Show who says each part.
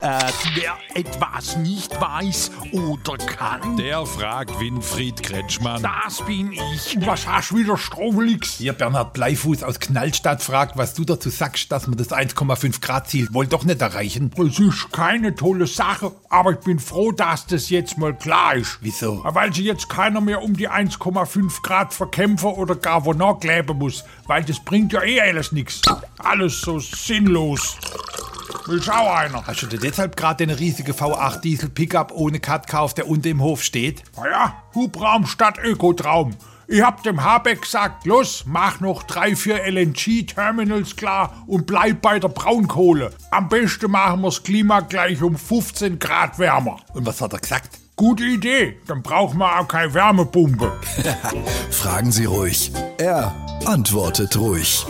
Speaker 1: Äh, wer etwas nicht weiß oder kann,
Speaker 2: Der fragt Winfried Kretschmann.
Speaker 1: das bin ich. Was hast du wieder Strohlix?
Speaker 3: Hier Bernhard Bleifuß aus Knallstadt fragt, was du dazu sagst, dass wir das 1,5 Grad Ziel wohl doch nicht erreichen.
Speaker 1: Das ist keine tolle Sache, aber ich bin froh, dass das jetzt mal klar ist.
Speaker 3: Wieso?
Speaker 1: Weil sich jetzt keiner mehr um die 1,5 Grad verkämpfen oder gar wo nachkleben muss, weil das bringt ja eh alles nichts. Alles so sinnlos. Will schau einer.
Speaker 3: Hast du dir deshalb gerade den riesige V8 Diesel Pickup ohne Cut gekauft, der unten im Hof steht?
Speaker 1: Naja, Hubraum statt Ökotraum. Ich hab dem Habeck gesagt, los, mach noch drei, vier LNG-Terminals klar und bleib bei der Braunkohle. Am besten machen wir's Klima gleich um 15 Grad wärmer.
Speaker 3: Und was hat er gesagt?
Speaker 1: Gute Idee, dann brauchen wir auch keine Wärmepumpe.
Speaker 4: Fragen Sie ruhig. Er antwortet ruhig.